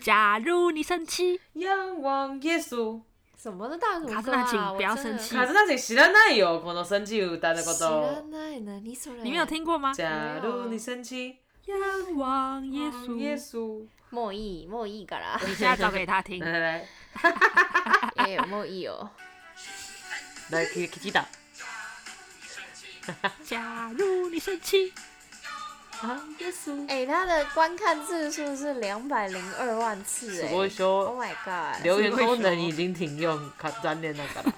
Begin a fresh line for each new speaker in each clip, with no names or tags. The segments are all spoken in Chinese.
假如你生气，
仰望耶稣。
什么的大鼓
卡斯
歌
纳
啊！
请
我
不要
真
生
的
气
カズナち知らないよ、この三十歌のこ
知ら
と。
ないな、你それ。
你没有？听过吗？
假如你生气，
仰望耶
耶
稣，
稣。
もういい、もうい いから。
你现在找给他听
来。来来，
えー、もういいよ。
来聞き聞きた。
假如你生气，
啊，耶稣。
哎、他的观看次数是两百零二万次、
す
哎
ごい
，Oh
ょ。
my god！
留言功能已经停用，か残念だ から。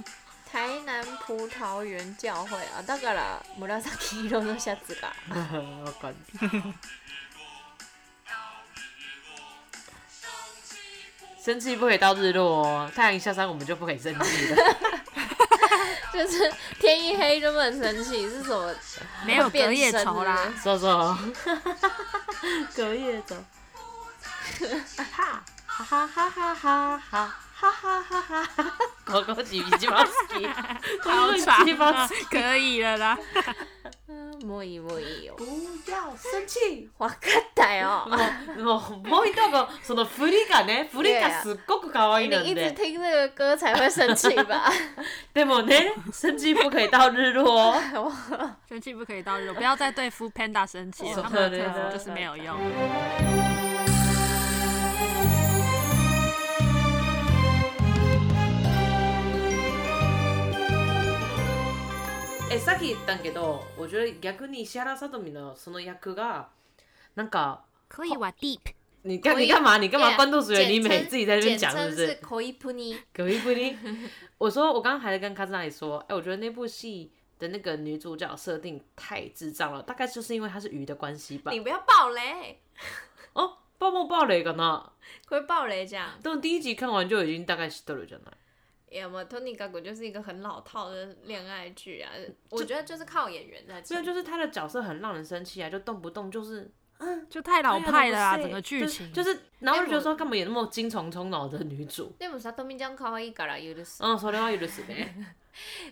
台南葡萄園教会啊あだから紫色のシャツが
わかんない。生气不可以到日落哦，太阳下山我们就不可以生气了。
就是天一黑就不能生气，是什么？
没有隔夜仇啦。
说说，隔夜走，哈哈哈哈哈哈哈哈哈哈哈！狗狗几匹鸡毛鸡，
好
鸡
惨
毛
啊
鸡，！
可以了啦。
嗯，もういいもういいよ。
不要生气。
わかっ たよ。
もうもう一個その振りがね振りがすっごく可愛い
你
なん
一直
で
听这个歌才会生气 吧？
でもね生气不可以到日落哦。
生气不可以到日，不要再对 Food Panda 生气了，
我
他们的客服就是没有用。
えさっき言ったんけど我觉得逆に石原さとみのその役がなんか
可以哇 Deep，
你干你干嘛？你干嘛关注学员？你每自己在那边讲是
简
不
称是
是？
恋プ ニ。
隔壁不离。我说我刚刚还在跟卡斯那里说，哎、我觉得那部戏的那个女主角设定太智障了，大概就是因为她是鱼的关系吧
你。不要暴雷，
哦，爆爆爆雷个呢？
会暴雷这样。哎
但第一集看完就已经大概知道了，真的。
いやまあとにかく就是一个很老套的恋爱剧啊，我觉得就是靠演员在
没有，
撑。
就是她的角色很让人生气啊，就动不动就是
就太老派了
啊
啦，
哎呀
整个剧情
就是，就是然后就觉得说干嘛演那么精虫充脑的女主。
でもさとみちゃん可愛いから許す。
嗯，それは許す ね。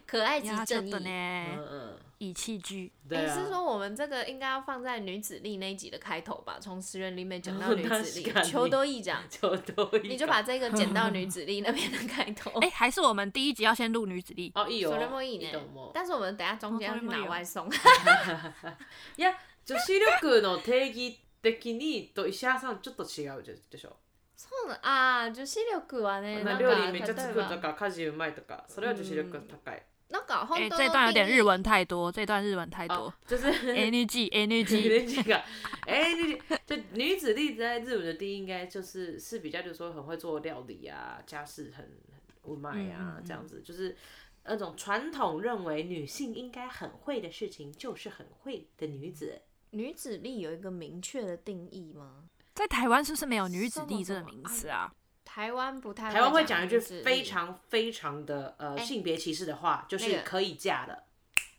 可爱及
哎呀，
正
真的
义。
嗯
呢，
嗯，
以气居。
哎你、
对啊。
是说我们这个应该要放在女子力那一集的开头吧？从石原里美讲 到女子
確か
力，
に
求多一讲，
就都一个
你就把这个剪到女子力那边的开 头。
哎，还是我们第一集要先录女子力，
哦， いいよ。
それもいい
い
ね
と思う。
但是我们等下中间
哦
要去拿外送。
いや女子力の定義的にと石原さんちょっと違うででしょ。
そうなあー女子力はね、
な
なんん
か
か
料理めっちゃ
例え
作るとか
ば
家事うまいとかそれは女子力高い。
なんか
哎
本，当
这段有点
定義
日文太多，这段日文太多
あ。就是
Energy
女
Energy，
力が哎，女就女子力在日本的定义应该就是是比较就是说很会做料理啊，家事很很うまい
嗯嗯
啊
嗯
这样子，就是那种传统认为女性应该很会的事情就是很会的女子。
女子力有一个明确的定义吗？
在台湾是不是没有女子
什么
力这个
什么
名
哎
词啊？
台湾不太
台湾会
会
讲一句
女子力
非，常非常的呃性别歧视的话，就
那
是
个
可以嫁了。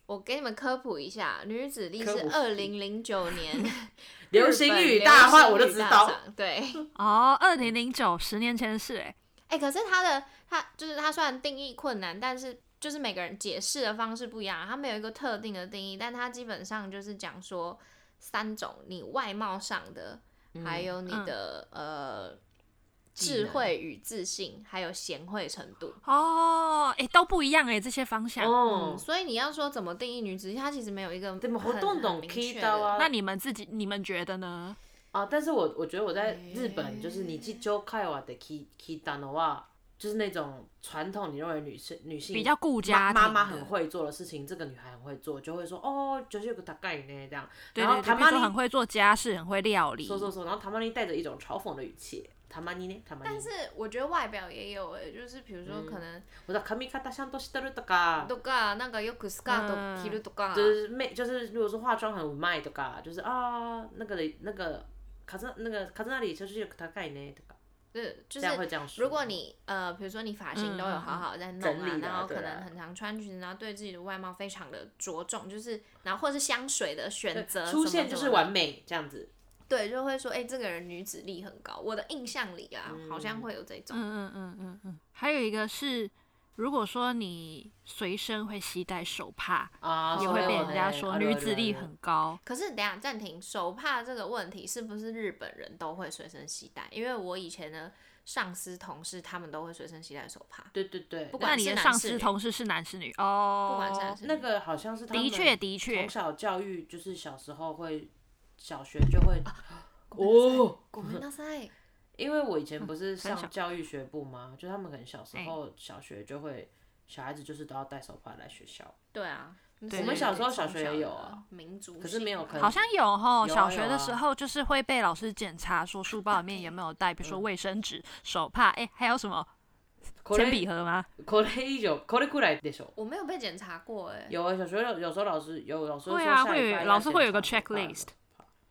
我给你们科普一下，女子力
科
是
普
二零零九年
流行语大
会
会，我就知道。。
对，
哦，二零零九，十年前是哎，
哎、可是它的它就是它虽然定义困难，但是就是每个人解释的方式不一样，它啊没有一个特定的定义，但它基本上就是讲说三种：你外貌上的，还有你的、呃
技
智
能
慧与自信，还有贤惠程度。
哦，哎都不一样哎，这些方向。
哦
嗯，所以你要说怎么定义女子，它其实没有一个
でもほ
很
とんど
很明
聞
确
いた
的。
わ。
那你们自己，你们觉得呢？
啊，但是我我觉得我在日本就是你去教会我的聞聞いたのは，就是那种传统你认为女性女性
比较顾家
妈
庭的
妈妈很会做的事情，这个女孩很会做，就会说哦，就是有个大概呢这样。
对
然后
对
他
对，比
妈
如说很
咪
会做家事，很会料理。
说说说，然后他妈咪带着一种嘲讽的语气。たまにね、たま
但
に。
是我觉得外表也有诶、就是比如说可能
我的髪型ちゃんとしてるとか、
とかなんかよくスカート着るとか、
就是妹，就是如果说化妆很うまいとか、就是啊那个那个卡兹那个卡兹那里就是有个大概呢とか，
对，就
这
是
样会这样说。
如果你呃，比如说你发型都有好好在弄
嗯整
啊，
理的啊
然后
对
可
啊
能很常穿裙子，然后对自己的外貌非常的着重，就是然后或者是香水的选择
出
什么
现
什
就
么
是
的
完美这样子。
对，就会说哎、这个人女子
嗯
嗯
力很高。我的印象里啊，好像会有这种。
嗯嗯嗯嗯嗯。还有一个是如果说你随身会携带手帕，
哦
啊，
也
所
会
以
被
我
人家
呢
说
啊
女
对
子力
对
很高。
可是等一下暂停，手帕这个问题是不是日本人都会随身携带？因为我以前的上司、同事他们都会随身携带手帕，
对对对，
不管
那你
是
的
男
上
是
司
女
同事是男是女哦？
不管是男是
那
女。
个好像是他
的
们
确的确
从，小教育就是小时候会，小学就会
啊
哦，
ごめんなさい。
因为我以
哦
前不是
小
上教育学部嘛，就他们可能小
哎
时候小学就会，小孩子就是都要带手帕来学校，
对啊，
对
是
我们小
时候小
从
学也
的
有啊
民族性，
可是没有可能
好像有吼，
有啊
小
有
学的时
啊
候就是会被老师检查，说书包里面有没有带，比如说卫生纸、手帕，哎、还有什么
こ
铅
れ
笔盒吗？
これ以上これくらいでしょ。
我没有被检查过哎、
有啊，小学有有时候老师有老师
会
说
啊
下
会
礼
有
拜
老
要
师会有个
检查手帕
checklist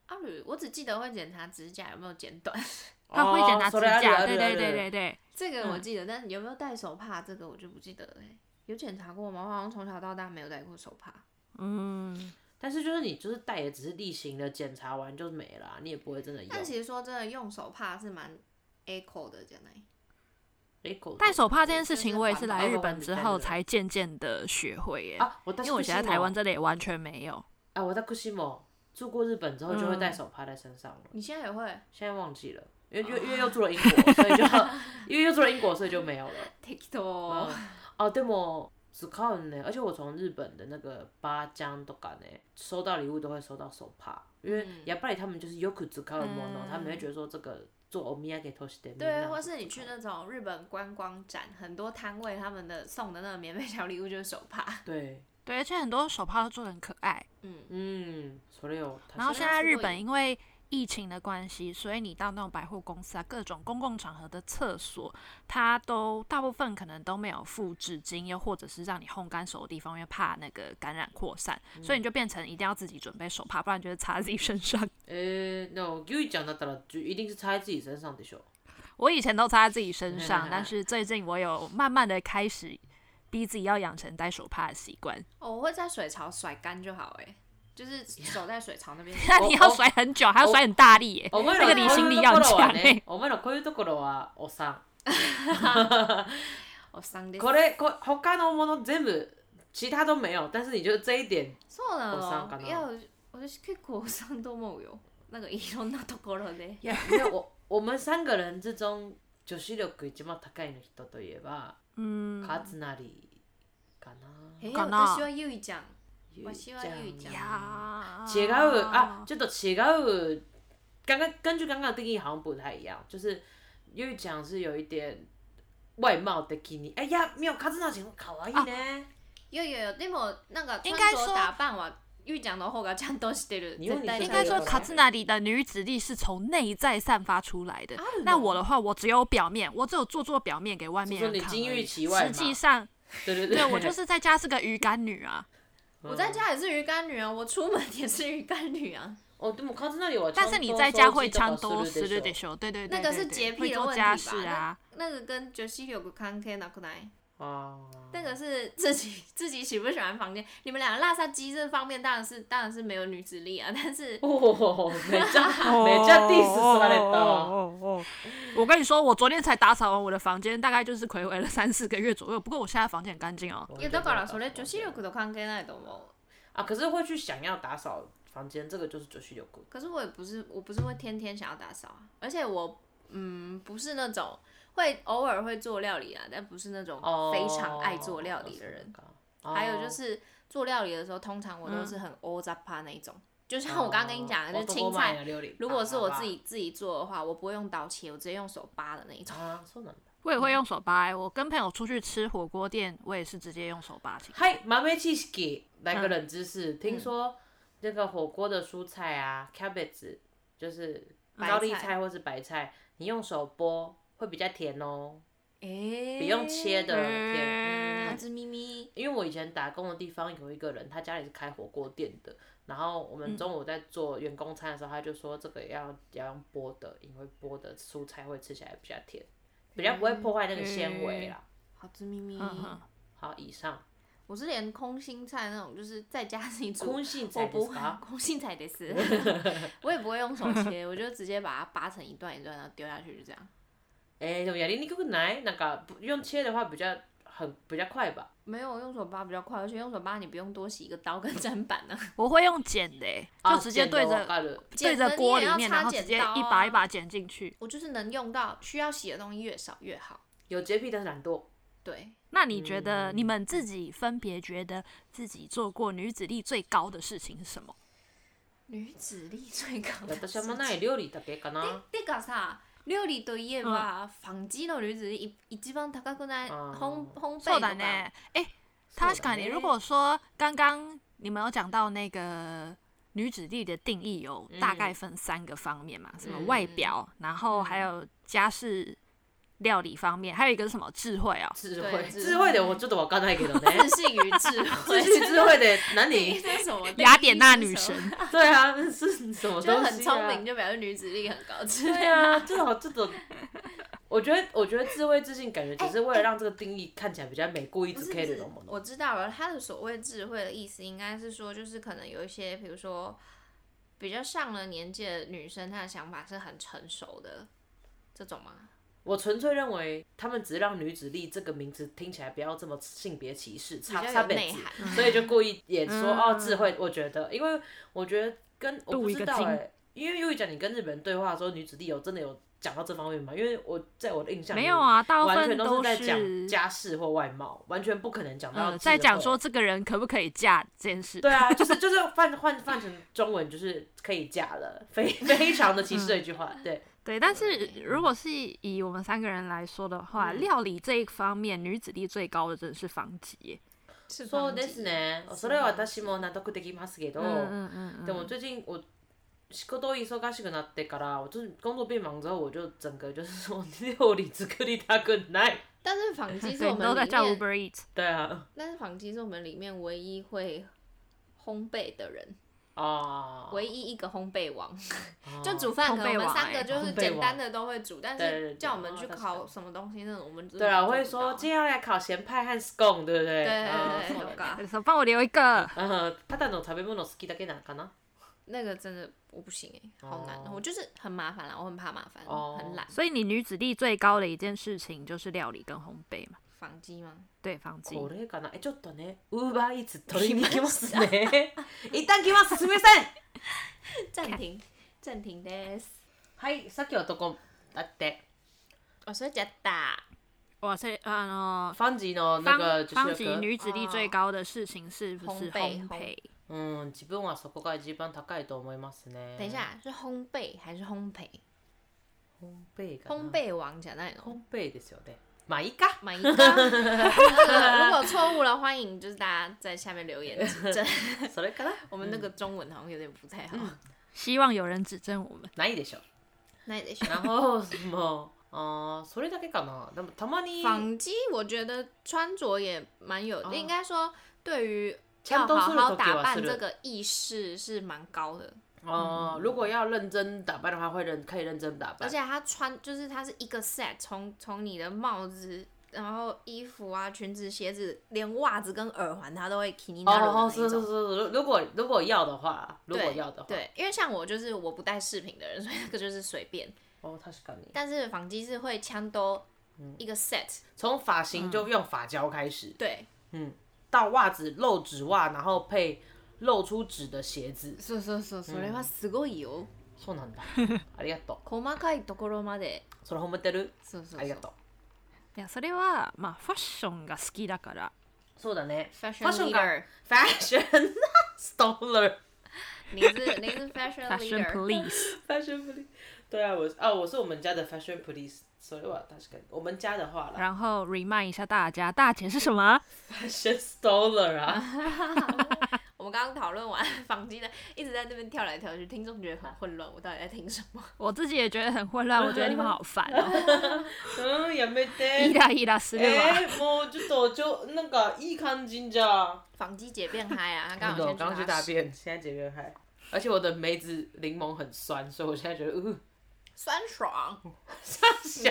阿吕，我只记得会检查指甲有没有剪短，
他会检查
哦
指
それある
甲，
ある
对
あ
对
る
对对对。
这个我记得，但有没有戴手帕这个我就不记得了欸、有检查过吗？我好像从小到大没有戴过手帕。
嗯，
但是就是你就是带也只是例行的检查完就没了啊、你也不会真的用。
但其实说真的，用手帕是蛮 echo 的，真的。
诶口
戴
罩
手帕这件事
就是
情，我也
环
是
保
来
的
日
问
本
题
之
在
后
日本
才渐渐的学会耶，
啊，我
因为我以前在台湾这里也完全没有。
啊，我在 Kushimo 住过日本之后，就会带
嗯
手帕在身上了。
你现在也会？
现在忘记了，因为因为
哦
因为又住了英国，所 以就因为又住了英国，所以就没有了。
適当。
哦，でも使うね。而且我从日本的那个八江とかね，收到礼物都会收到手帕，因为やっぱり他们就是よく使うもの，他们会觉得说这个做お土産としてみんな使う。
对，或是你去那种日本观光展，很多摊位他们的送的那个免费小礼物就是手帕。
对，
对，而且很多手帕都做的很可爱。
嗯，
嗯，それを確かに。
然后现
好像
在
是
日
会
本
有
因为疫情的关系，所以你到那种百货公司啊，各种公共场合的厕所，它都大部分可能都没有附纸巾，又或者是让你烘干手的地方，因为怕那个感染扩散，
嗯
所以你就变成一定要自己准备手帕，不然就是擦自己身上。
诶、那ゆいちゃんだったら就一定是擦在自己身上でしょ。
我以前都擦在自己身上， 但是最近我有慢慢的开始逼自己要养成戴手帕的习惯。。
哦我会在水槽甩干就好，哎，就是手在水槽那边
那你要甩很久，
哦
还要甩很大力耶、
お前
这
ら
个离心力要很强哎、
お前らこういうところはおっさん。
哦，伤的。
これこ他のもの全部其他都没有，但是你就这一点
そうな
お産か
の。
ない
や、私結構お産と思うよ。なんかいろんなところで。
いや没有我我们三个人之中女子力一番高いの人といえば
嗯，
カツナリかな。
え
かな
私はゆいちゃん。
ゆいちゃ
わしはゆい
ん
ちゃん
呀，
違う
啊
あちょっと違う。刚刚根据刚刚的定义好像不太一样，就是因为讲是有一点外貌的 k i n 哎呀，没有カツナちゃん可愛いね。
いやいやいや、でもなんか
应该
穿
说
着打扮はゆいちゃんの方がちゃんとしてる。
你用
絶対
你
应
身上
该
的
说，
东西
卡兹纳里的女子力是从内在散发出来的。那我的话，我只有表面，我只有做做表面给外面
做
人
你
看而
金玉
已。
其外
实际
嘛
上，
对对对，
对我就是在家是个鱼竿女啊。
我在家也是鱼竿女啊，我出门也是鱼竿女啊，
哦，でもカズナリはちゃん
但
と
是你在家会
掃
唱
除と
多
かす
斯
る
日
で
得
しょ
修，对对对，
那个
对
是
对
洁
会
癖的
做
问
家
题
事
吧
啊。？
那那个跟女子有个関係なくない？
啊，
那个是自己自己喜不喜欢房间？你们两个拉萨鸡这方面当然是当然是没有女子力啊，但是
哦，めっちゃめっちゃ diss された。
哦哦！我跟你说，我昨天才打扫完我的房间，大概就是暌违了三四个月左右。不过我现在房间很干净哦。
也だからそれ女子力都関係ないと思う。
啊，可是会去想要打扫房间，这个就是女子力。
可是我也不是，我不是会天天想要打扫啊，而且我嗯不是那种会偶尔会做料理啊，但不是那种
哦，
非常爱做料理的人。
哦。
还有就是做料理的时候，通常我都是很 o z a p a 那一种，就像我刚刚跟你
哦
讲的，就是青菜。
料理。
如果是我自己自己做的话，我不会用刀切，我直接用手扒的那一种。
啊，そうなんだ。
我也会用手扒、欸，我跟朋友出去吃火锅店，我也是直接用手扒起来。
嗨，麻美知识，来
嗯
个冷知识。听说那个火锅的蔬菜啊，cabbage 就是
白
高丽
菜
菜或是白菜，你用手剥会比较甜哦，
诶、
比用切的甜。嗯
啊，这咪咪，
因为我以前打工的地方有一个人，他家里是开火锅店的，然后我们中午在做员工餐的时候，他就说这个要要用剥的，因为剥的蔬菜会吃起来比较甜，比较不会破坏那个纤维啦。
好这咪咪。
嗯哼
好，以上
我是连空心菜那种，就是在家自己煮，
空性
我
菜
不
です
会
か？
空心菜的是，我也不会用手切，我就直接把它扒成一段一段，然后丢下去，就这样。
哎、でもやりにくくない？なんか不用切的话比较很比较快吧？
没有用手扒比较快，而且用手扒你不用多洗一个刀跟砧板呢、
我会用剪的欸、就直接对着、
啊剪的我看了
对
剪的
着
你
锅
也
里
要
面，
插
然后
剪
直接
刀
一
啊
把一把剪进去。
我就是能用到需要洗的东西越少越好。
有洁癖但是懒惰，
对，
那你觉得
嗯
你们自己分别觉得自己做过女子力最高的事情是什么？
女子力最高的
私
事
はあんまな
情。
い料理だけかな。
てかさ、料理といえば、反击の女子力一番高くない？
あー
烘烘
そう
焙
だ
と
ね
か。。
哎、確かに，如果说刚刚你们有讲到那个女子力的定义，有
嗯
大概分三个方面嘛，什么外表，然后还
嗯
有家事料理方面，还有一个是什么智慧哦。
智
对
慧、
智慧
智慧的我ちょっとわかんないけど
自
ね。
信与智
自
慧，
信智慧的哪
定义
里？
是什么？
雅典娜
定义
女
是什么
神，
对啊，是什么东西、
就是
啊？
很聪明，。就表示女子力很高。
对啊，这种这 种，我觉得我觉得智慧自信感觉只是为了让这个定义看起来比较美，故意
不
只
是
可
不
以
是
懂不，懂？
我知道了。他的所谓智慧的意思，应该是说，就是可能有一些，比如说比较上了年纪的女生，她的想法是很成熟的，这种吗？
我纯粹认为他们只是让女子力这个名字听起来不要这么性别歧视，
较
差
有
差别
内
字
涵，
所以就故意也说、
嗯
哦智慧。我觉得，因为我觉得跟我不
镀一
知
个
道
金
哎、因为又一讲你跟日本人对话的时候，女子力有真的有讲到这方面吗？因为我在我的印象里
没有。啊，大部
完
分
全都
都
是在讲
是
家世或外貌，完全不可能讲到智
呃
慧、
在讲说这个人可不可以嫁这件事。
对啊，就是就是换换换成中文就是可以嫁了，非非常的歧视的一句 话。对，
对，但是
对
如果是以我们三个人来说的话，
嗯
料理这一方面女子力最高的真的是方吉耶。
是
そう
方
です
剂。
ね。それは私も納得できます
哦
けど、
嗯嗯嗯
でも最近我仕事忙しくなってから，我就是工作变忙之后，我就整个就是说料理作りたくない。
但是仿 机
嗯，
是
对，
我
你都在
们里
叫
面，
Uber Eat，
对啊，
但是仿机是我们里面唯一会烘焙的人，
啊，
唯一一个烘焙王。
啊
就煮饭，可能我
烘焙
们
王
三个
哎
就是
烘焙
简单
王
的都会煮，但
对对
是
对
叫我们去
哦
烤
确实
什么东西那种，我们真的
对啊，
做
我会
不到
说今天要来烤咸派和 scone，对不对？
对对
啊
对
そうだ
对对
ね
对。
什么帮我留一个？
嗯，ただの食べ物好きだけなのかな。
那个真的我不行哎、好难哦、
哦
我就是很麻烦啦，我很怕麻烦，
哦
很懒。
所以你女子力最高的一件事情就是料理跟烘焙嘛。
反击吗？
对，方吉。
哦
これかなえちょっとねウーバーイーツ取りに行きます ね一旦来ますすみません
暂停，暂停です。
はいさっきはどこだって
我说假打，
哇塞，啊の
ファンジーのなんか
方方
女子
吉
力
女子力最高的事情是不是
哦烘
烘
焙
焙？
うん自分はそこが一番高いと思いますね
等一下是烘焙还是烘焙？嗯
烘焙かな
烘焙王假那种。
烘焙ですよねまあいいか
买一个，啊 如果错误了，欢迎就是大家在下面留言指 正。
それかな
我们那个中文好像有点不太好。
希望有人指正我们。
ない でしょ
那也 得选。
然后もうあーそれだけかなでもたまに
纺机我觉得穿着也蛮有，
哦
应该说对于
ちゃ
要
んと
好
する
好
時
打
は
扮
す
这
る
个意识是蛮高的。
哦如果要认真打扮的话会认可以认真打
而
扮
且它穿就是它是一个 set，从从你的帽子，然后衣服啊、裙子、鞋子，连袜子跟耳环，它都会 k i n i
哦，
那
是是是，
种。
是如果如果要的话，如果
对
要的话，
对，因为像我就是我不带饰品的人，所以那个就是随便。
哦，確かに。
但是纺机是会枪都
嗯
一个 set，、
从发型就用发胶开始，
对，
到袜子露趾袜，然后配露出趾的鞋子。
そうそうそう、
嗯
それはすごいよ。
そう なんだ。ありがとう。
細かいところまで、
それ褒めてる？
そうそう
あり
そ
が
う。
とう。
いや、それはまあファッションが好きだから。
そうだね。
Fashion leader，
fashion stoler
你是你是 fashion
Fashion
leader，
police。
fashion police。对啊，我是啊，我是我们家的 fashion police。所以は確かに我们家的话啦
然后 remind 一下大家，大姐是什么？
，fashion stoler 啊，
我们刚刚讨论完 纺机的，一直在这边跳来跳去，听众觉得很混乱，我到底在听什么？
我自己也觉得很混乱，我觉得你们好烦 哦。
嗯，やめ
伊
て。
拉伊拉斯六啊，
えー、もうちょっとちょなんかいい感じじゃん。
纺机姐变嗨啊！她刚
那个
好
我
先
刚去
大
大，便，现在解约还，而且我的梅子柠檬很酸，所以我现在觉得，呃，
酸 爽，
小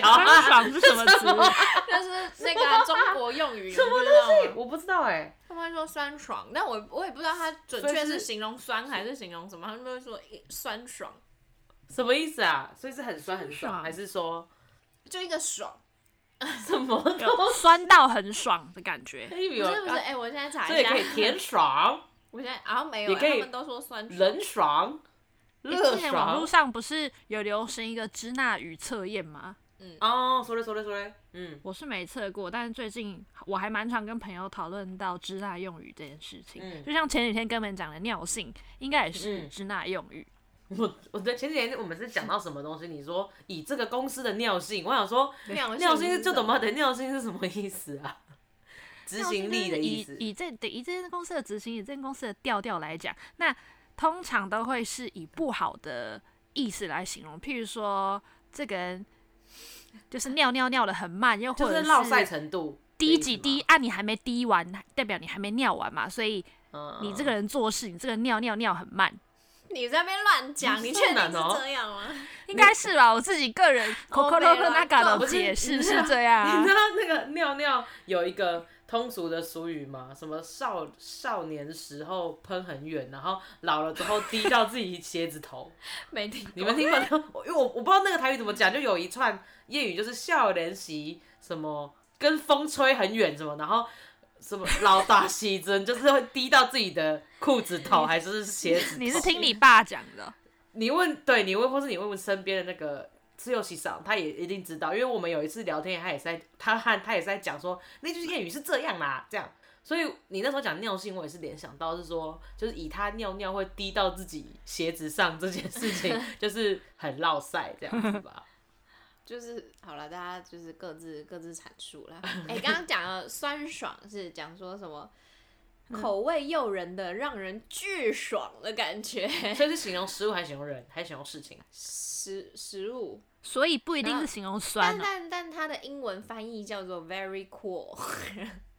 刚
啊，
哎爽是什么 词？
那是那个啊、中国用语，什么东西？
我不知道哎、
他们会说酸爽，但我我也不知道它准
所以
确
是
是形容酸还是形容什么，他们都会说诶酸爽，
什么意思啊？所以是很酸很
爽
爽，还是说
就一个爽，
什么都
有酸到很爽的感觉。
可以比
不
我
是不是，
高
哎、我现在查
啊所
一
以
下，
可以甜爽、
我现在好像没有、
你可以
他们都说酸爽
人爽、乐
之前网络
爽。
上不是有流行一个支那语测验吗？
哦，说嘞说嘞说嘞，嗯，
我是没测过，但是最近我还蛮常跟朋友讨论到支那用语这件事情。
嗯
就像前几天跟你们讲的尿性，应该也是
嗯
支那用语。
我我在前几天我们是讲到什么东西？你说以这个公司的尿性，我想说
尿
尿性
是
是就懂吗？
什
等尿性是什么意思啊？执行力的意思
以以这以这间公司的执行，以这间公司的调调来讲，那通常都会是以不好的意思来形容，譬如说这个人就是尿尿尿的很慢，又
就
或
是
者
落赛程度的
滴
意思
几
吗
滴，啊，你还没滴完，代表你还没尿完嘛，所以
嗯
你这个人做事，你这个尿尿尿很慢，
么你在那边乱讲，
你
你
是
确定
男
是
的哦
这样吗？
应该是吧？我自己个人
哦
Coco
没了
那嘎
不
的
是
解释
你知道
是这样啊
你知，道那个尿尿有一个通俗的俗语吗？什么少少年时候喷很远，然后老了之后滴到自己鞋子头。
没听过，
你们听过？因为我我不知道那个台语怎么讲，就有一串谚语，就是笑脸席什么跟风吹很远什么，然后什么老大喜真， 就是会滴到自己的裤子头还是鞋子头。
你是听你爸讲的。
你问，对你问，或是你问问身边的那个自由席上，他也一定知道，因为我们有一次聊天，他也是在他和他也是在讲说，那句谚语是这样啦，这样。所以你那时候讲尿性，我也是联想到是说，就是以他尿尿会滴到自己鞋子上这件事 情，就是很落塞这样子吧。
就是好了，大家就是各自各自阐述 啦。哎、刚刚讲的酸爽是讲说什么？口味诱人的，让人巨爽的感觉。
所以是形容食物，还是形容人，还是形容事情？
食食物，
所以不一定
那
是形容酸
但
啊，
但但它的英文翻译叫做 very cool，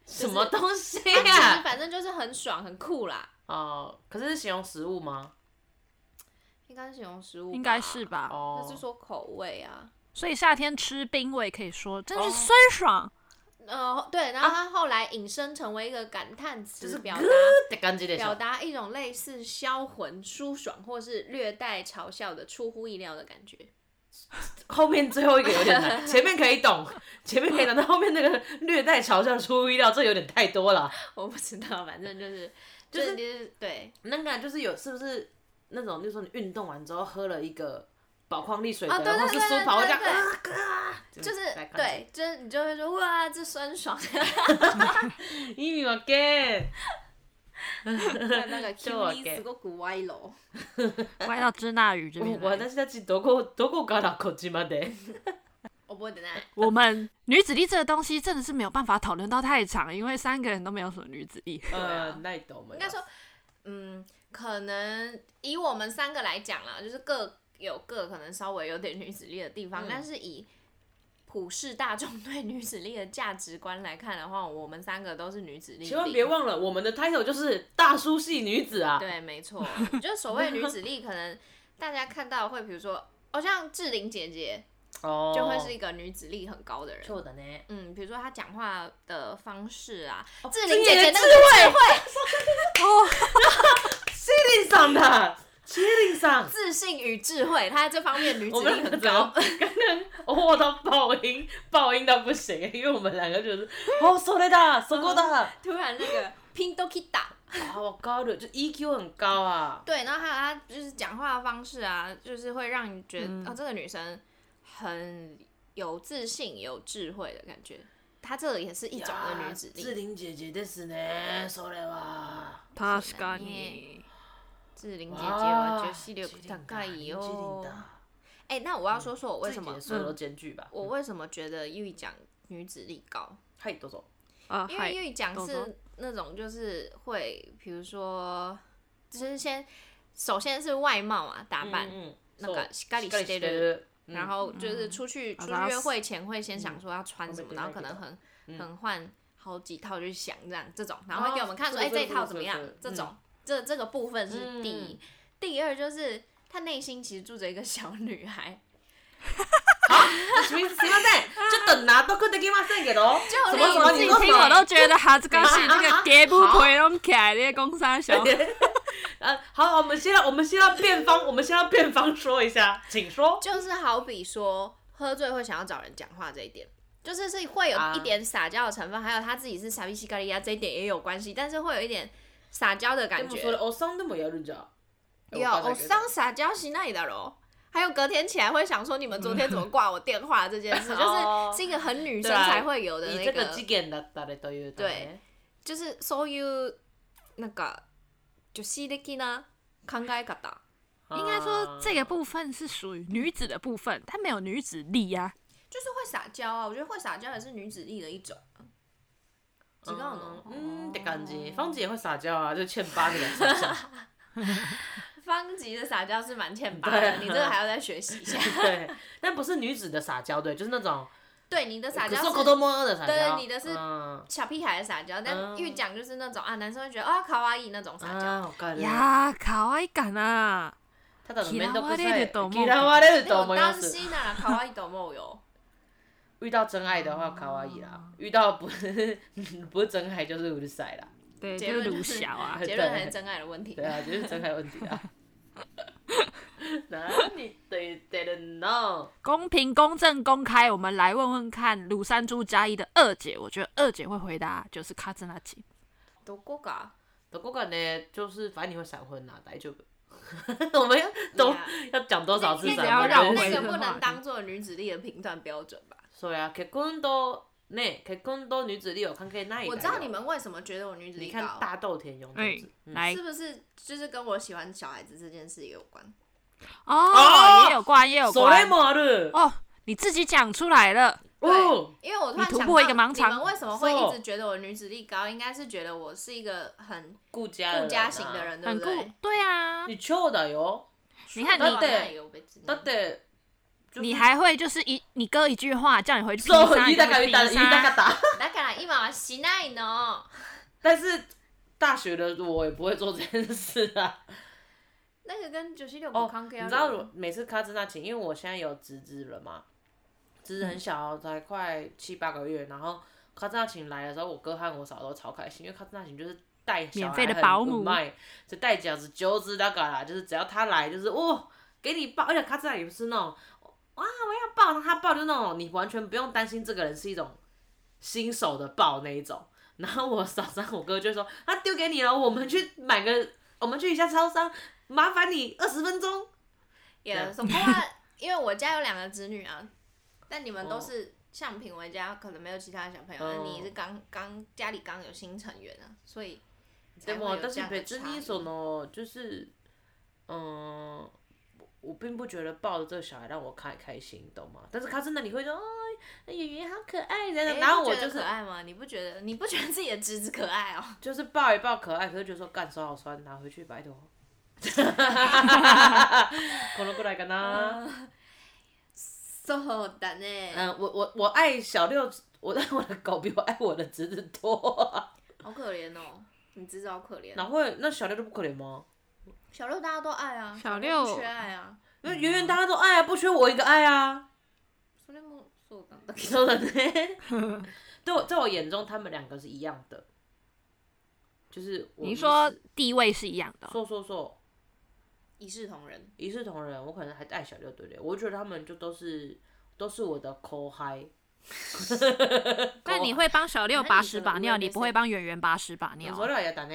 什么东西
啊
就是
呀、
反正就是很爽很酷啦，
哦、可是是形容食物吗？
应该是形容食物，
应该是。吧？
哦、
那是说口味啊，
所以夏天吃冰我也可以说，真
哦
是酸爽。哦
呃，对，然后它后来引申成为一个感叹词，
就是
表
咯
达
得干净点
表
小，
达一种类似销魂、舒爽或是略带嘲笑的出乎意料的感觉。
后面最后一个有点 难，前面可以懂，前面可以懂，但后面那个略带嘲笑出乎意料，这有点太多了。
我不知道，反正就是
就
就是是就是对，
那个啊就是有是不是那种，就是说你运动完之后喝了一个宝矿力水的，
哦对对
或是
对
苏
对
跑，会这
对
样，
对
啊嘎
就是
来看
对，就是你就会说哇，这酸爽，
意味わけん
那个 Q
就我
一すごく歪楼。
歪到支那语这边
我
来，
私たちどこどこからこっちまで。
我不会等待。
我们女子力这个东西真的是没有办法讨论到太长，因为三个人都没有什么女子力。
呃，那懂吗？
啊应该说，嗯，可能以我们三个来讲啦，就是各有各可能稍微有点女子力的地方，
嗯
但是以普世大众对女子力的价值观来看的话，我们三个都是女子力。
千万别。忘了，我们的 title 就是大叔系女子啊。
对，没错，就是所谓女子力，可能大家看到会，比如说，哦，像志玲姐姐
哦
就会是一个女子力很高的人。
错的呢。
嗯，比如说她讲话的方式啊，志
志
玲
玲
姐
姐
姐
的
那
哦智
个智慧、
麒麟上的，麒麟上。
自信与智慧，她在这方面女
我
子
们两
力
个
很
怎么
高。
刚刚我到爆音，爆音到不行，因为我们两个就是哦，それだ，そこだ。
突然 那个 Pindokita，
啊，我高的就 EQ 很高啊。
对，然后还有她就是讲话的方式啊，就是会让你觉得、
嗯
哦，这个女生很有自信、有智慧的感觉。她这个也是一种的女子
志
力，
玲姐姐ですね、それは。
他
是的耶志玲姐姐，
哇
我觉得系列大概有。哎、那
嗯
我要说说我为什么，嗯
所有都兼具吧？嗯
我为什么觉得玉讲女子力高？
嗨，多走。
啊，
因
嗨
为玉讲
豆豆
是那种就是会，比如说，就是先首先是外貌啊，打扮。
嗯，
那个しっかりしてる，
る。
然后就是出去、出去约会前会先想说要穿什么，嗯啊然后可能很、很换好几套去想这样这种，然后会给我们看说，
哦
哎、
是
这
是
一套
是
怎么样
是？
这
嗯
种、这这个部分是第一，
嗯
第二就是他内心其实住着一个 小女孩，
すみ ません、ちょっと納得できませんけど。
就
什
例
么什么？
如
自
你
己
说什
听我
么？
都觉得哈这个是那个给不回拢起来的工商 小，
呃，好，我们先要，我们先要辩方，我们先要辩方说一下，请说。
就是好比说喝醉会想要找人讲话这一点，就是是会有
啊
一点撒娇的成分，还有他自己是傻逼西咖喱亚这一点也有关系，但是会有一点撒娇的感
でもそれ
觉。
おっさんでもやるんじゃん。
有哦
我刚才觉得
偶像撒娇洗那里的咯。还有隔天起来会想说你们昨天怎么挂我电话这 件事，
哦
就是是一个很女
对
生
啊
才会有的
以
那
这
个
个，事件だったらというとね。
就是 so you 那个就是的呢，慷慨感的。
啊
应该说这个部分是属于女子的部分，它没有女子力啊呀、
就是会撒娇啊，我觉得会撒娇也是女子力的一种。知道呢，
嗯って感じ。方姐也会撒娇啊，就欠八个人撒娇。
方吉的撒娇是蛮欠巴的，
对啊
你这个还要再学习 一下。
对，但不是女子的撒娇，对，就是那种
对，你的撒娇
可是子
是
供的撒娇。
对你的是
嗯
小屁孩的撒娇，但
嗯
玉讲就是那种啊，男生会觉得啊，卡哇伊那种撒娇。
啊，我感觉。
呀，可爱感啊！
ただの面倒くさい。
嫌われると思う
嫌われると
那
思
我
いま
担
す。
心啊，卡哇伊懂梦 哟。
遇到真爱的话，卡哇伊啦；遇到不是不是真爱，就是うるさい啦。
对，
结
就
论
是鲁
就是
小啊，
结论还是真爱的问题
对。啊，就是真爱问题 啊。何言ってるの？
公平、公正、公开。我们来问问看，鲁山猪加一的二姐，我觉得二姐会回答就是卡兹那吉。
どこか。
どこかね、就是反正你会闪婚啦，大丈夫。 我们要都
Yeah
要讲多少次
那
至
个
少
闪
要绕
婚？就是
回
那个
这个
不
话
能
题
当做女子力的评断标准吧？
そうや、結啊婚とね、結婚と女子力有関係ないだよ。
我知道你们为什么觉得我女子
哎你
力
看
高，
大豆田永久
哎
子，，嗯
来
是不是就是跟我喜欢小孩子这件事也有关？
哦，
哦
也有关，也有
そ
关。
れもある。
哦，你自己讲出来了。
哦，
因为我突然
你突
想
破
到，
一个盲肠
你们为什么会一直觉得我女子力高？应该是觉得我是一个很
顾家的人啊
顾家型的。人，对
很
不
酷
对？，
对啊，
你超だよ。
你看
你
啊
だ
だ
って、就是
你还会就是一你哥一句话叫你回去拼
そう
杀，
言
你
い
就
たか
会
言いた
拼
言いたか
杀。
った。
だから今はしないの。
但是大学的我也不会做这件事啊。
那个跟九七六
哦
不康，
你知道我每次卡兹那琴，因为我现在有侄子了嘛，侄子很小哦，才快七八个月，然后卡兹那琴来的时候，我哥和我嫂都超开心，因为卡兹那琴就是带小
免
孩
费的
很
保姆
很卖，就带饺子、揪子那个啦，就是只要他来，就是哦，给你抱，而且卡兹那也不是那种哇我要抱，他抱就是那种你完全不用担心这个人是一种新手的抱那一种。然后我嫂子和我哥就说：“他丢给你了，我们去买个，我们去一下超商，麻烦你二十分钟。”
也
对
不过啊，因为我家有两个子女啊，但你们都是像品为家，可能没有其他小朋友，
哦
那你是刚刚家里刚有新成员啊，所以才
で
会
も
有这
私
样的
別
差
に
异。
その哦就是嗯，我我并不觉得抱着这个小孩让我开开心，懂吗？但是他真的你会说，哦，圆圆好可爱，然后
诶
然后
不
我
哎觉得
就是
可爱吗？你不觉得？你不觉得自己的侄子可爱哦？
就是抱一抱可爱，可是觉得说干手好酸，拿回去拜托。このくらいか な。
そうだね，
嗯，我我我爱小六，我爱我的狗比我爱我的侄子多。
好可怜哦，你侄子好可怜哦
哪。会？那小六就不可怜吗？
小六大家都爱啊，
小
六
六
不缺爱啊，
因为圆圆大家都爱啊，不缺我一个爱啊。
それもそうなんだけ
说
ど。
的呢？对我，在我眼中，他们两个是一样的，就是我
你说
一视
地位是一样的哦，
说说说
一视同仁，
一视同仁，我可能还带小六，对不对？我觉得他们就都是都是我的抠嗨。
但你会帮小六
那
把
你
屎
的
把
无
尿，
论
你
是
不会
谁
帮圆圆把屎把尿
你
啊。
说了也打呢？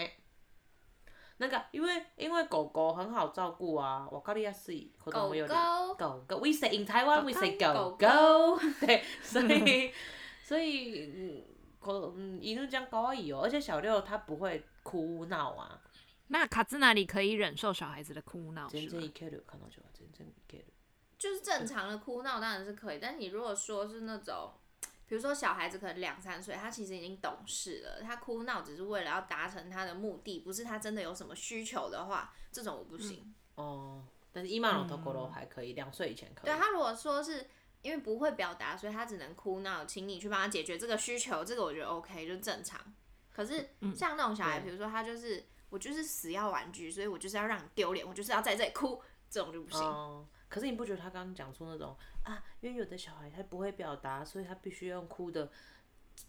那个，因为因为狗狗很好照顾啊，我咖喱亚是狗
狗狗
狗狗，we say in Taiwan we say 狗
狗狗，
对，所以所以嗯，狗嗯，一路讲高以哦，而且小六它不会哭闹啊，
那卡兹那里可以忍受小孩子的哭
哦
闹
全
是
然
吗？
いける彼女は全然いける。
就是正常的哭闹当然是可以，但你如果说是那种，比如说小孩子可能两三岁，他其实已经懂事了，他哭闹只是为了要达成他的目的，不是他真的有什么需求的话，这种我
嗯
不行。
哦，但是今のところ还可以，两岁以前可以
啊
对。他如果说是因为不会表达，所以他只能哭闹，请你去帮他解决这个需求，这个我觉得 OK 就正常。可是像那种小孩，
嗯对
比如说他就是我就是死要玩具，所以我就是要让你丢脸，我就是要在这里哭，这种就不行。
哦，可是你不觉得他刚刚讲出那种啊，因为有的小孩他不会表达，所以他必须用哭的。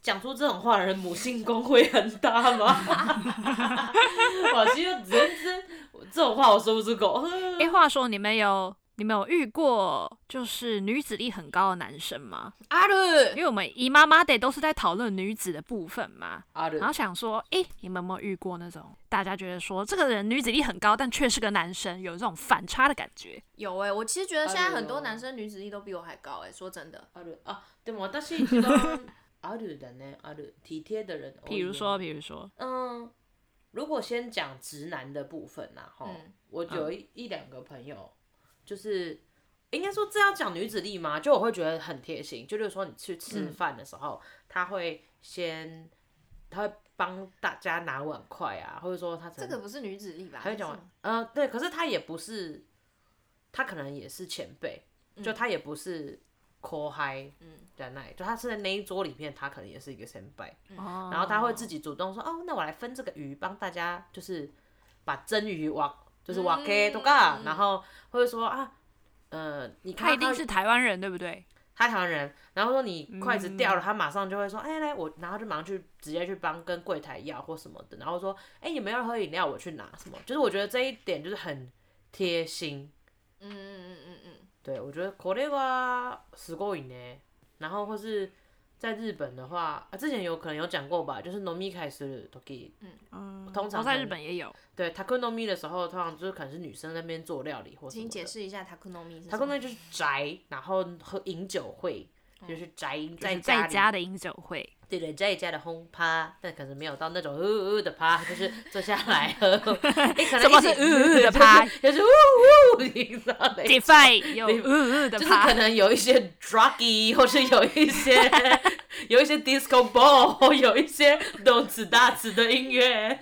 讲出这种话的人，母性功会很大吗？ 我其实人真这种话我说不出口。啊嗯
哎、话说你们有你们有遇过就是女子力很高的男生吗？
阿
因
鲁，
为我们姨妈妈得都是在讨论女子的部分嘛，
阿伦
然后想说，诶，你们有没有遇过那种大家觉得说这个人女子力很高，但却是个男生，有这种反差的感觉？
有哎、我其实觉得现在很
阿
多
鲁
男生女子力都比我还高哎、说真的，
あるあでも私一番あるだねある体贴的人
比如说，
多いよ
比如说，
嗯，如果先讲直男的部分呐、啊，哈、
嗯
我有一、一两个朋友，就是应该说这要讲女子力吗？就我会觉得很贴心，就例如说你去吃饭的时候，他会先他会帮大家拿碗筷啊，或者说他可
这
能
个不是女子力吧？
还会
是
讲
吗
呃对，可是他也不是，他可能也是前辈，
嗯
就他也不是 call high 的那一，就他是在那一桌里面，他可能也是一个先辈。
然
嗯然后他会自己主动说，哦，那我来分这个鱼，帮大家就是把蒸鱼挖，就是挖给多嘎，然后或者说啊，呃，你
嗯他
看到
一定是台湾人，对不对？
他台湾人，然后说你筷子掉
嗯
了，他马上就会说，哎、来我，然后就马上去直接去帮跟柜台要或什么的，然后说，哎、你们要喝饮料，我去拿什么，就是我觉得这一点就是很贴心，
嗯嗯嗯嗯嗯，
对我觉得これはすごいね，然后或是。在日本的话，啊，之前有可能有讲过吧，就是飲み会する時
嗯，
通常
我在
可
日
能
本也有，
对 t a k o n o m i 的时候，通常就是可能是女生在那边做料理或什么
请解
的。
释一下 takunomi
t a
是什
k o n o
么
m i 就是宅，然后喝饮酒会，就是宅
就是
家
在
里
家的饮酒会，
对对，在家的轰趴，但可能没有到那种呜呜的 趴，就是坐下来喝。你可能
什么
一起
是呜呜的趴
就是呜呜，你知道的。
解放 有呜呜的
哎就是
趴
可，能有一些 druggy，或 是有一些 有一些 disco ball，有一些动次大次的音乐。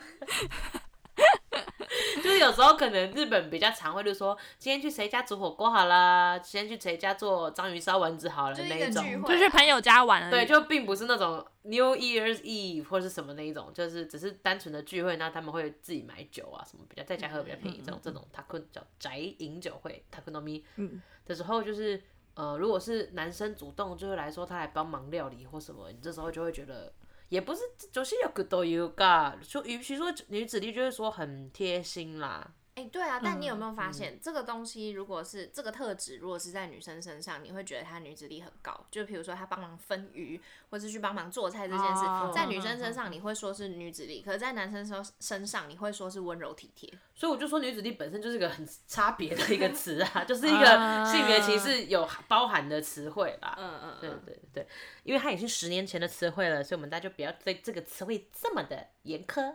就是有时候可能日本比较常会就说，今天去谁家煮火锅好啦，今天去谁家做章鱼烧丸子好了
就是
那
一个
种
聚。会
就去朋友家玩而已。
对，就并不是那种 New Year's Eve 或是什么那一种，就是只是单纯的聚会，那他们会自己买酒啊，什么比较在家喝比较便宜，这种这种 t a k 叫宅饮酒会 t a k u n o m i
嗯
的时候，就是呃，如果是男生主动就是来说他来帮忙料理或什么，你这时候就会觉得也不是就是有个都有噶，就与其说女子力，就是说很贴心啦。
哎、对啊，但你有没有发现、这个东西，如果是这个特质，如果是在女生身上，你会觉得她女子力很高。就比如说她帮忙分鱼，或是去帮忙做菜这件事，
哦
在女生身上你会说是女子力，可是在男生身身上你会说是温柔体贴。
所以我就说女子力本身就是一个很差别的一个词啊， 就是一个
啊
性别歧视有包含的词汇啦。
嗯嗯
对，对对，因为它已经十年前的词汇了，所以我们大家就不要对这个词汇这么的严苛。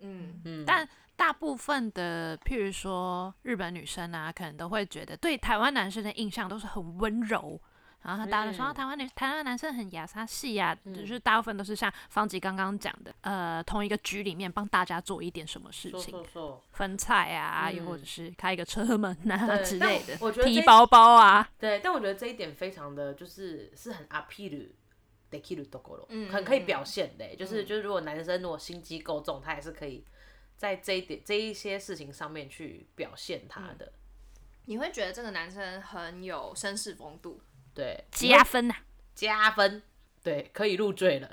嗯，
嗯，
但大部分的，譬如说日本女生啊，可能都会觉得对台湾男生的印象都是很温柔。然后大家都说、
嗯
啊台湾女台湾男生很雅莎系呀、就是大部分都是像方吉刚刚讲的，呃，同一个局里面帮大家做一点什么事
说
情，
说说，
分菜啊，又或者是开一个车门啊
对
之
但
类
我
的
我觉，得
提
这
包包啊，
对，但我觉得这一点非常的就是是很 appeal。得 k i l
嗯
很可以表现
嗯
的、就是就是，如果男生如果心机够重，他也是可以在这一点这一些事情上面去表现他的。
嗯
你会觉得这个男生很有绅士风度。
对，
加分啊呐、
加分，对，可以入赘了，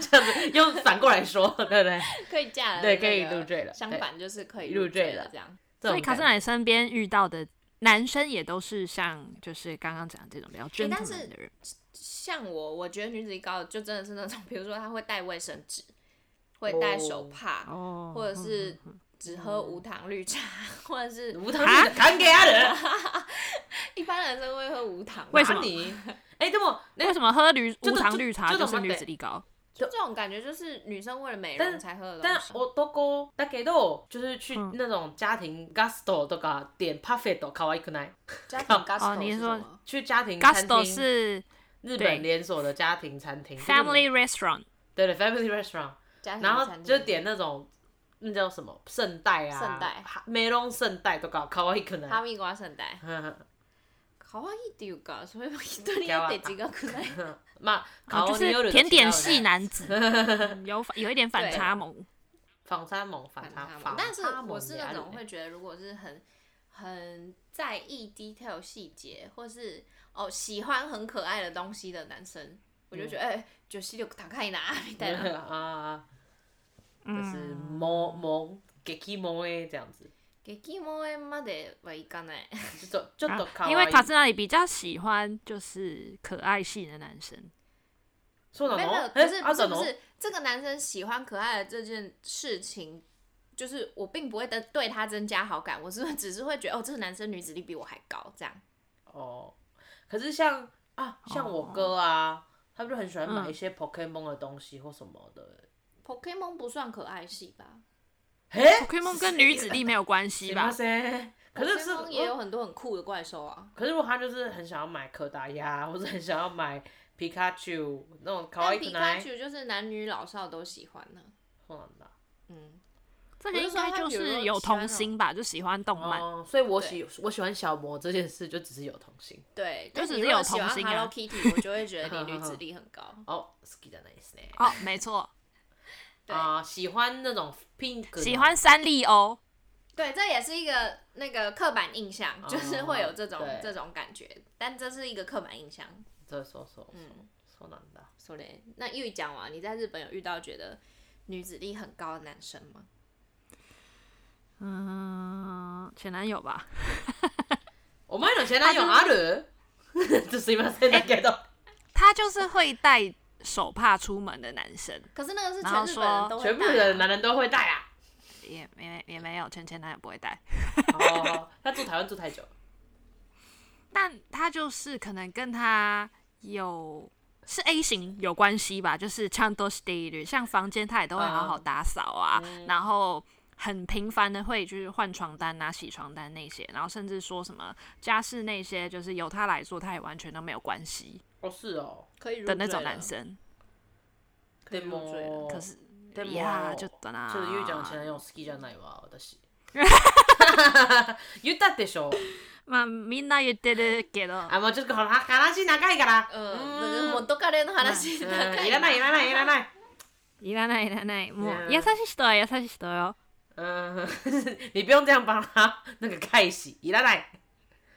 这样子用反过来说，对不对？
可以嫁了、
对
那
可以
个
入赘了
相
对
反就是可以
入赘
赘
了
了，这样。
这
所
种
以卡斯
感
奶身边遇到的男生也都是像就是刚刚讲的这种比较
诶但
gentleman
是
的人，
像我，我觉得女子力高的就真的是那种，比如说她会带卫生纸，会带手帕，
哦
或者是只喝无糖绿茶， 或者是
无糖
啊
绿的扛给他人，
一般男生会喝无糖吧，
为什么
你？哎、这么那
为什么喝绿
这
无糖
这
绿茶
这
就
种
是
嘛
女
对
子力高？
就这种感觉就是女生为了美
但
容才喝的
但
东西。
我都过大概都就是去
嗯
那种家庭 gasto とか点 parfait 都可愛くない？
家庭 Gusto
哦你是
什么
说
去家庭餐
Gusto
厅，
是
日
对
本连锁的家庭餐厅
Family Restaurant，
对对 family restaurant，
家庭
然后
餐厅
就点那种那叫什么圣代啊，
圣代
哈梅隆圣代都搞可爱く
哈
ない？
密瓜圣代，可愛いっていうか、それも一人
可愛
で
い
几个くらい。
まあ
哦就
顔に
是
よる的
甜点系
違うね
男子， 嗯有有一点反差萌。
反差萌反
反
差
差萌
反，
但是
差萌
我是
也あ
那
る
种
ね
会觉得，如果是很很在意 detail 细节，或是哦喜欢很可爱的东西的男生，我就觉
嗯
得哎，就視力高いなみたい な。
啊啊，就是
嗯，
萌萌激萌诶这样子。
激萌えまではいかない。
就走就
啊
走卡
因为卡斯那里比较喜欢就是可爱系的男生，
そうな
没有没有，
の？
不
え
是
あん
不
た
是
の
不是，这个男生喜欢可爱的这件事情，就是我并不会的对他增加好感，我是只是会觉得哦，这个男生女子力比我还高，这样。
哦，可是像啊，像我哥啊，他就很喜欢买
嗯
一些 Pokemon 的东西或什么的。
Pokemon 不算可爱系吧？
嘿，
可以梦跟
啊
女子力没有关系
行
吧
吧？噻。可是呃是
Pokemon 也有很多很酷的怪兽啊。
可是如果他就是很想要买柯达鸭，或者很想要买皮卡丘那种卡哇
但
伊可
皮卡
爱，
丘就是男女老少都喜欢呢、
そうなんだ。
嗯，
这个应该就是有童心吧，就喜欢动漫。
哦，所以我喜我喜欢小魔这件事，就只是有童心。
对，
就
但
只
你
是
如果
有
喜
童
欢
心啊
Hello Kitty，我就会觉得你
好
女
好
子
好
力很高。
哦，好きじゃないですね。
哦，没 错，
对
啊、喜欢那种 pink，的
喜欢三丽鸥。
对，这也是一个那个刻板印象，
哦
就是会有这种
对
这种感觉，但这是一个刻板印象。
そうそうそうそう、
嗯
そうなんだ。
所以，那玉讲完，你在日本有遇到觉得女子力很高的男生吗？
嗯，前男友吧。
お前の前男友ある？这すいませんだけど。
他就是会戴手帕出门的男生，
可是那个是
然后
全
说
全
日本人都会
部
戴
的
啊
男人都会戴啊。
也也也没有，前前男友不会戴。
哦， 他住台湾住太久了，
但他就是可能跟他有是 A 型有关系吧，就是像都是第一律，像房间他也都会好好打扫啊，然后很频繁的会就是换床单啊、洗床单那些，然后甚至说什么家事那些，就是由他来做，他也完全都没有关系
哦是哦，
可以入
的那
赘
种
了
男，生。
可以入赘了
でも
可是
でも
呀，就等啊，
ちょっとゆうちゃんの前男友好きじゃないわ私。 言ったでしょ。
まあみんな言ってるけど、
あもうちょっとこの話長いから。
嗯，
う
那
ん
个我都干的話
嗯
うん
だから
いらないいらないいらない。
いらないいらない、もう
い
優
や
しい人は優しい人よ。
嗯， 你不用这样帮他那个开始，いらない。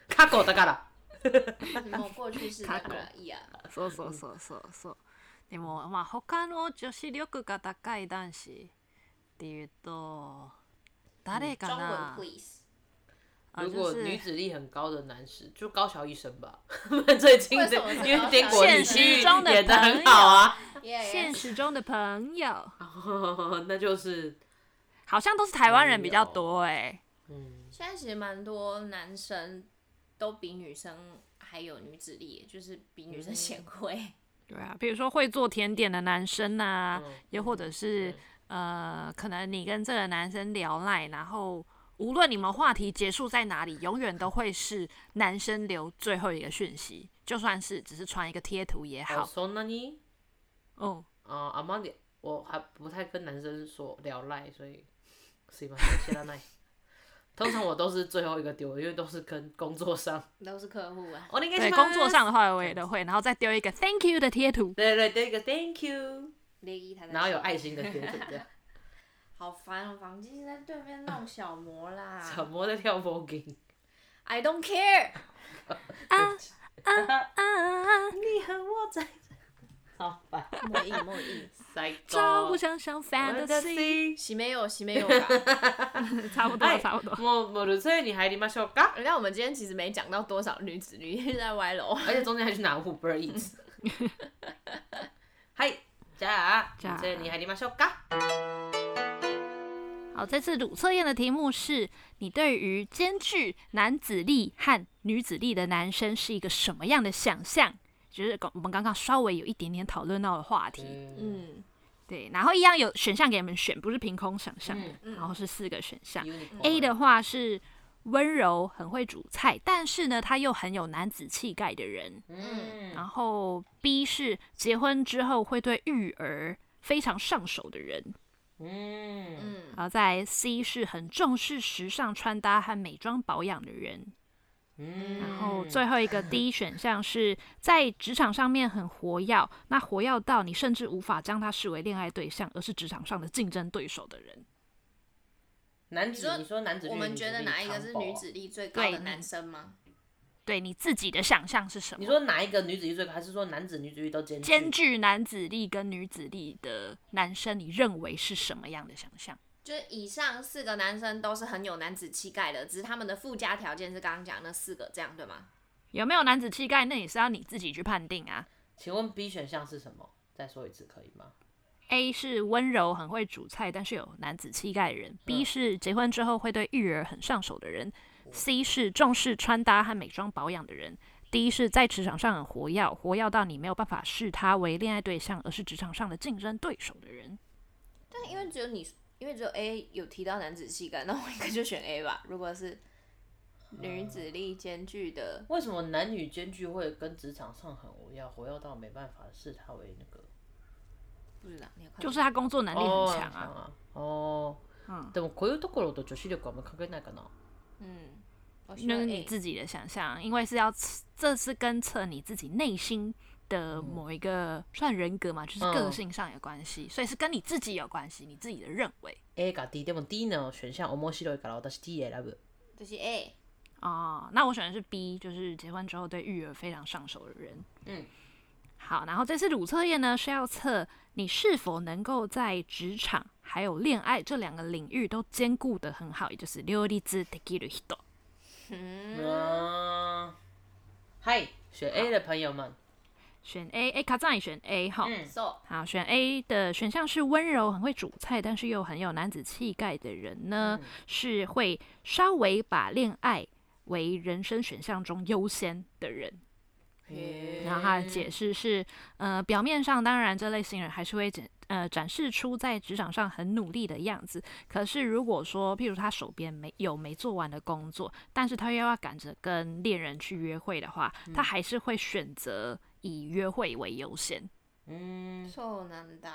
過去だから。
もう过去式だからいいや。
そうそうそうそうそう。でもまあ他の女子力が高い男子っていうと誰か
中文
な？
please。
啊
如
就
果女
是
子力很高的男士，就高桥一生吧。 最近
为
的
什么是
因
高
为坚
桥
果
一
女
生现实中
婿
的
演的
朋
很
友
好啊。
现实中的朋友，
哦， 那就是
好像都是台湾人比较多哎、
嗯，
现在其实蛮多男生都比女生还有女子力，就是比女生贤惠。
对啊，比如说会做甜点的男生啊，
嗯
又或者是呃，可能你跟这个男生聊赖，然后无论你们话题结束在哪里，永远都会是男生留最后一个讯息，就算是只是传一个贴图也好
好，。说那你
哦，
啊，阿妈你我还不太跟男生说聊赖，所以是吧？谢拉 奈。通常我都是最后一个丢，因为都是跟工作上。
都是客户啊。
我那
对，
个
工作，上的话我也都会，然后再丢一个 thank you 的贴图。
对对对，一个 Thank you，
雷伊他在，
然后有爱心的贴图， 这样
好烦哦，房间在对面弄小魔
小
啦。
魔在跳 voguing。
I don't care。
啊啊！
你和我在，好烦，
莫意莫意，
塞
照
高
不。想想 fantasy，
Fantasy
洗没有洗没有吧。
差不多了，差不多。
もうもうるさいに入りましょうか。
你看我们今天其实没讲到多少女子力， 一直在歪楼。
而且中间还去拿 Uber Eats。はい、じゃあ、
じゃあ
こちらに入りましょうか。
好，这次鲁测验的题目是你对于兼具男子力和女子力的男生是一个什么样的想象？就是刚我们刚刚稍微有一点点讨论到的话题，
嗯
嗯，
对，然后一样有选项给你们选，不是凭空想象的，
嗯
然后是四个选项。
Unicorn
A 的话是温柔、很会煮菜，但是呢他又很有男子气概的人，
嗯，
然后 B 是结婚之后会对育儿非常上手的人，
嗯，
然后在 C 是很重视时尚穿搭和美妆保养的人，
嗯，
然后最后一 个 D 选项是在职场上面很活跃，那活跃到你甚至无法将他视为恋爱对象，而是职场上的竞争对手的人。
男
你说
子，你说男子，
嗯我们觉得哪一个是女
女子力
子力最高
对
的男生吗？
对你自己的想象是什
长跑？你
么？
说哪一个女子力最高？还是说男子女子力都兼具
兼具男子力跟女子力的男生，你认为是什么样的想象？
就是以上四个男生都是很有男子气概的，只是他们的附加条件是刚刚讲那四个，这样对吗？
有没有男子气概，那也是要你自己去判定啊。
请问 B 选项是什么？再说一次可以吗？
A 是温柔很会煮菜，但是有男子气概的人；B 是结婚之后会对育儿很上手的人；C 是重视穿搭和美妆保养的人；D 是在职场上很活跃，活跃到你没有办法视他为恋爱对象，而是职场上的竞争对手的人。
但因为只有你，因为只有 A 有提到男子气概，那我应该就选 A 吧。如果是女子力兼具的，
为什么男女间距会跟职场上很无要活跃到没办法视他为那个？
不知道你要快点
就是他工作能力很强啊。
あ哦，
嗯
でもこういうところと女子力はあんま関係ないかな。
嗯，我选
那是你
A。
自己的想象，因为是要测这是跟测你自己内心的某一个算人格嘛，就是个
嗯
性上有关系，所以是跟你自己有关系，你自己的认为
A か D でも D の選項面白いから私 D 選ぶ。
这是 A。
哦。那我选的是 B，就是结婚之后对育儿非常上手的人。
嗯，
好，然后这次的五测验呢是要测你是否能够在职场还有恋爱这两个领域都兼顾得很好，也就是両立できる人。
嗯，嗨，选 A 的朋友们，
选 A，哎，卡赞也选 A 哈。
嗯
So，
好，选 A 的选项是温柔、很会煮菜，但是又很有男子气概的人呢，
嗯
是会稍微把恋爱为人生选项中优先的人。
嘿
然后他的
嗯
解释是，呃，表面上当然这类型人还是会展呃展示出在职场上很努力的样子，可是如果说譬如他手边没有没做完的工作，但是他又要赶着跟恋人去约会的话，
嗯
他还是会选择以约会为优先。
嗯，
そうなんだ。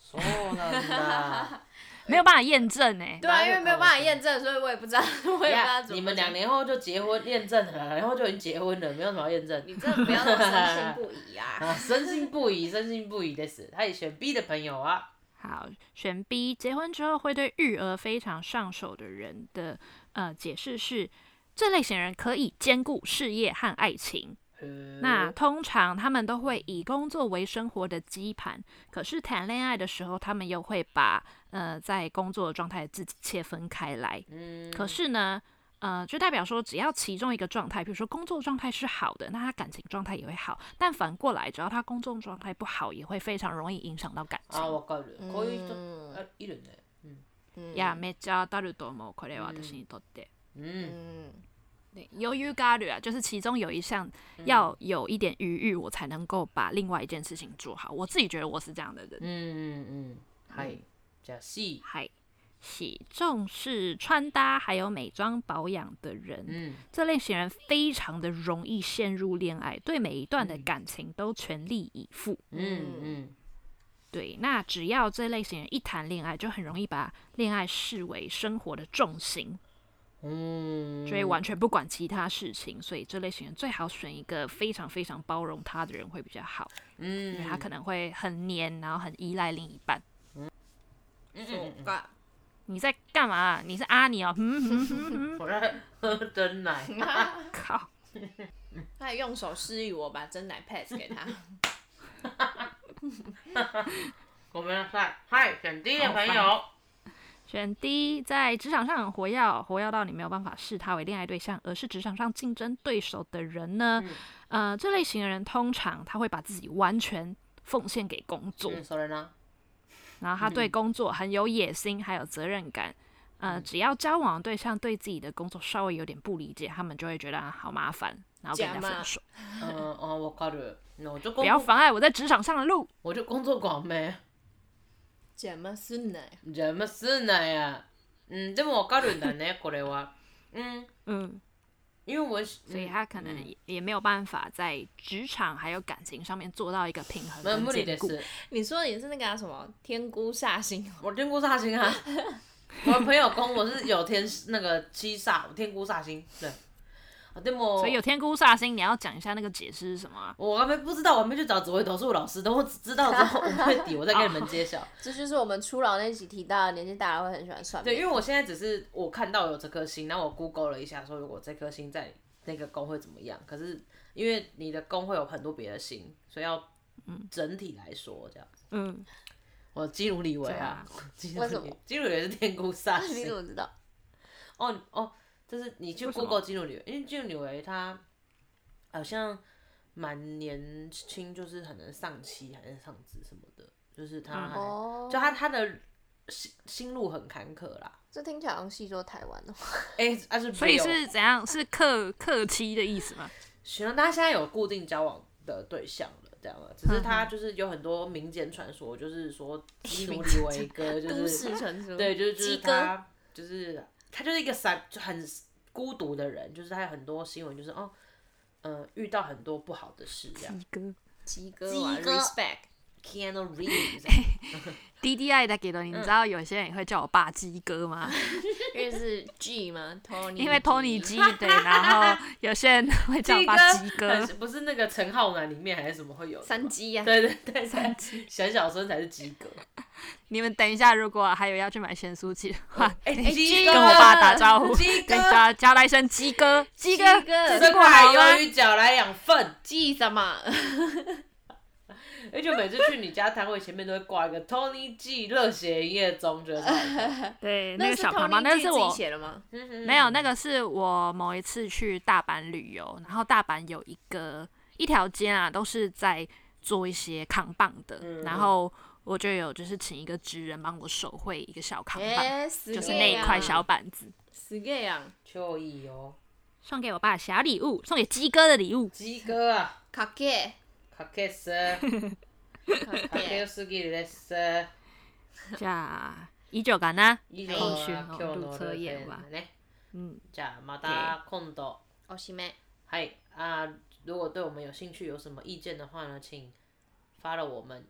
そうなんだ。
没有办法验证哎、
对啊，因为没有办法验证，所以我也不知道，我也不知道
呀
怎么。
你们两，年后就结婚验证了，然后就已经结婚了，没有什么好验证。
你真的不要那么深信不疑啊！
啊，深信不疑，深信不疑的是，他也选 B 的朋友啊。
好，选 B，结婚之后会对育儿非常上手的人的呃解释是，这类型人可以兼顾事业和爱情。
呃
那通常他们都会以工作为生活的基盘，可是谈恋爱的时候，他们又会把呃在工作的状态自己切分开来。
嗯，
可是呢，呃，就代表说，只要其中一个状态，比如说工作状态是好的，那他感情状态也会好；但反过来，只要他工作状态不好，也会非常容易影响到感情。
あ、わかる。こういう人
嗯
あいるね。うん。
いや、めっちゃ当たると思う。これは私にとって。
嗯，
嗯，
对，由于咖喱啊，就是其中有一项
嗯
要有一点余裕，我才能够把另外一件事情做好。我自己觉得我是这样的人。
嗯嗯嗯，はい。じゃあ C。
嗨，喜重视穿搭还有美妆保养的人，
嗯
这类型人非常的容易陷入恋爱，对每一段的感情都全力以赴。
嗯嗯
对，那只要这类型人一谈恋爱，就很容易把恋爱视为生活的重心，
嗯，
所以完全不管其他事情。所以这类型人最好选一个非常非常包容他的人会比较好，因为
嗯
他可能会很黏，然后很依赖另一半。
そうか。
你在干嘛？你是阿尼哦？嗯，
我 在喝真奶。
靠，
他还用手示意我把真奶 pass 给 他。
我们要赛。嗨，选 D 的朋
好
友。
选 D，在职场上很活跃，活跃到你没有办法视他为恋爱对象，而是职场上竞争对手的人呢？
嗯
呃，这类型的人通常他会把自己完全奉献给工作，
嗯，熟人啊。
然后他
嗯
对工作很有野心，还有责任感。呃，只要交往的对象对自己的工作稍微有点不理解，他们就会觉得啊好麻烦，然后跟人家
假嘛
分手。
嗯哦，我靠的。那我就
不
工
要
作，
妨碍我在职场上的路。
我就工作狂呗。
怎么是奶？
邪魔すんなや。うん、でもわかるんだね、これは。うん、
嗯，
因为我
所
嗯
以他可能也也没有办法在职场还有感情上面做到一个平衡
無
跟
無理
兼
で
顾。
す。
你说你是那个、啊、什么天姑煞星哦？
我天姑煞星啊，我的朋友跟我是有天那个七煞，天姑煞星。对，啊，でも
所以有天孤煞星，你要讲一下那个解释是什么啊？
我还没不知道，我还没去找紫微斗数老师，等我知道之后五月底我再跟你们揭晓。
这就是我们初老那集提到的，年纪大了会很喜欢算
对，因
命。
为我现在只是我看到有这颗星，然后我 Google 了一下，说如果这颗星在那个宫会怎么样。可是因为你的宫会有很多别的星，所以要整体来说这样。
嗯，
我基鲁里维啊， 基鲁
为什
里
么
基鲁里维是天姑煞
你怎
星。
么知道？
哦哦，就是你去
为什么
Google 基努里维，因为基努里维他好像蛮年轻，就是可能上妻还是上子什么的，就是他
嗯
还、
哦，
就他他的心心路很坎坷啦。
这听起来好像戏说台湾哦。
哎、他是
所以
real
是怎样？是客客妻的意思吗？
行，他现在有固定交往的对象了，这样了。只是他就是有很多民间传说，就是说基努里维哥就
都
是
市传说，
对，就是就是
鸡哥，
他就是他就是一个散就很孤独的人，就是他有很多新闻就是哦，呃，遇到很多不好的事这样。
鸡哥
鸡哥啊，
鸡哥
respect，
Keanu Reeves 这样
DDI 的给的，你知道有些人也会叫我爸鸡哥吗？
因为是 G 嘛，Tony，
因为 Tony 鸡对，然后有些人会叫我爸鸡哥
很。不是那个陈浩南里面还是什么会有的
三
吗？
鸡啊呀，
对对对，三小小生才是鸡哥。
你们等一下，如果还有要去买咸酥鸡的话，
哎、
跟
鸡
哥
哥，
跟我爸打招呼，
鸡哥
跟叫叫他一声鸡哥，鸡哥，
鸡哥
这次
生
过好
块
吗
鱿？鱼脚来养粪。
鸡什么？
而且每次去你家摊位前面都会挂一个 Tony G 热血营业中，觉得
对，
那
那个
是
小胖
Tony
猫，那
自己
是我
写的吗？
嗯
没有，那个是我某一次去大阪旅游，然后大阪有一个一条街啊，都是在做一些扛棒的，
嗯
然后我就有就是请一个职人帮我手绘一个小扛棒，
哎，就
就是那一
啊
块小板子，
死 gay 啊，
秋意哦，
送给我爸的小礼物，送给鸡哥的礼 物。
鸡哥啊，
卡 gay，
卡克斯，卡克斯给的斯，
じゃあ以上かな。
以上
今週
は
の
今日
ルーツ
のルー
家
テン
は
だね。
嗯，
じゃあまた今度。
おしめ，
はい、啊，如果对我们有兴趣，有什么意见的话呢，请 follow 我们，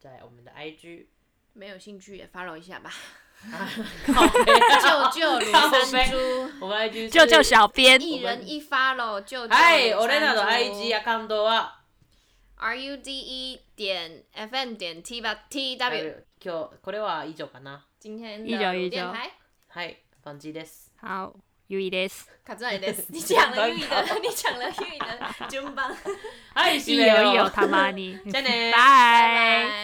在我们的 IG。
没有兴趣也 follow 一下吧。
靠背
救救鲁山猪，
我们 IG 是
救救小编，
一人一 follow 救救鲁
はい、
山猪。
俺らの
啊
IG アカウントは。
R U D E 点 F M 点 T 吧
あ
T W。
る今日これは以上かな
今天
一九
的
一九
鲁电台，
はい感じです
好，ゆ いです。
卡兹尔です。你抢了玉的，你抢了玉的，真棒。
はい
一
締め
有一
よ
有
う
他妈你，
じゃあね
拜。
拜。